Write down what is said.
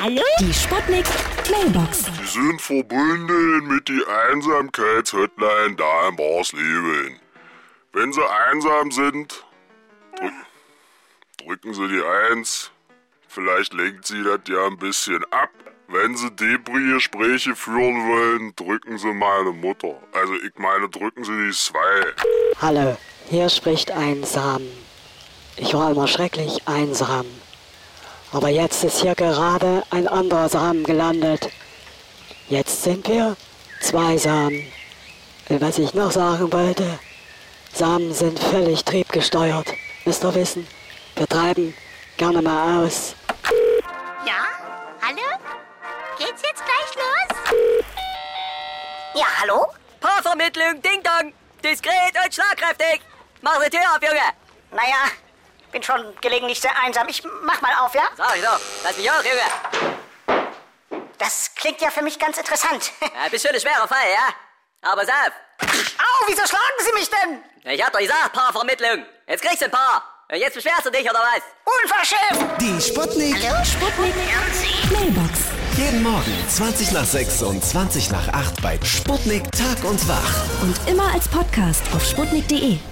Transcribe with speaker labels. Speaker 1: Hallo?
Speaker 2: Die Sputnik Mailbox.
Speaker 3: Sie sind verbunden mit die Einsamkeitshotline da im Barsleben. Wenn Sie einsam sind, drück, drücken Sie die 1. Vielleicht lenkt Sie das ja ein bisschen ab. Wenn Sie Debris-Gespräche führen wollen, drücken Sie meine Mutter. Also ich meine, drücken Sie die 2.
Speaker 4: Hallo, hier spricht einsam. Ich war immer schrecklich einsam. Aber jetzt ist hier gerade ein anderer Samen gelandet. Jetzt sind wir zwei Samen. Und Was ich noch sagen wollte, Samen sind völlig triebgesteuert. Müsst ihr wissen, wir treiben gerne mal aus.
Speaker 1: Ja? Hallo? Geht's jetzt gleich los? Ja, hallo?
Speaker 5: Paarvermittlung, Ding Dong. Diskret und schlagkräftig. Mach die Tür auf, Junge.
Speaker 6: Naja, bin schon gelegentlich sehr einsam. Ich mach mal auf, ja?
Speaker 5: Sag ich doch. Lass mich auch, Junge.
Speaker 6: Das klingt ja für mich ganz interessant.
Speaker 5: Ja, bist schon ein schwerer Fall, ja? Aber safe.
Speaker 6: Au, wieso schlagen Sie mich denn?
Speaker 5: Ich hab doch gesagt, Paarvermittlung. Jetzt kriegst du ein Paar. Und jetzt beschwerst du dich, oder was?
Speaker 6: Unverschämt!
Speaker 7: Die Sputnik.
Speaker 1: Sputnik.
Speaker 2: Mailbox.
Speaker 7: Jeden Morgen 20 nach 6 und 20 nach 8 bei Sputnik Tag und Wach.
Speaker 2: Und immer als Podcast auf sputnik.de.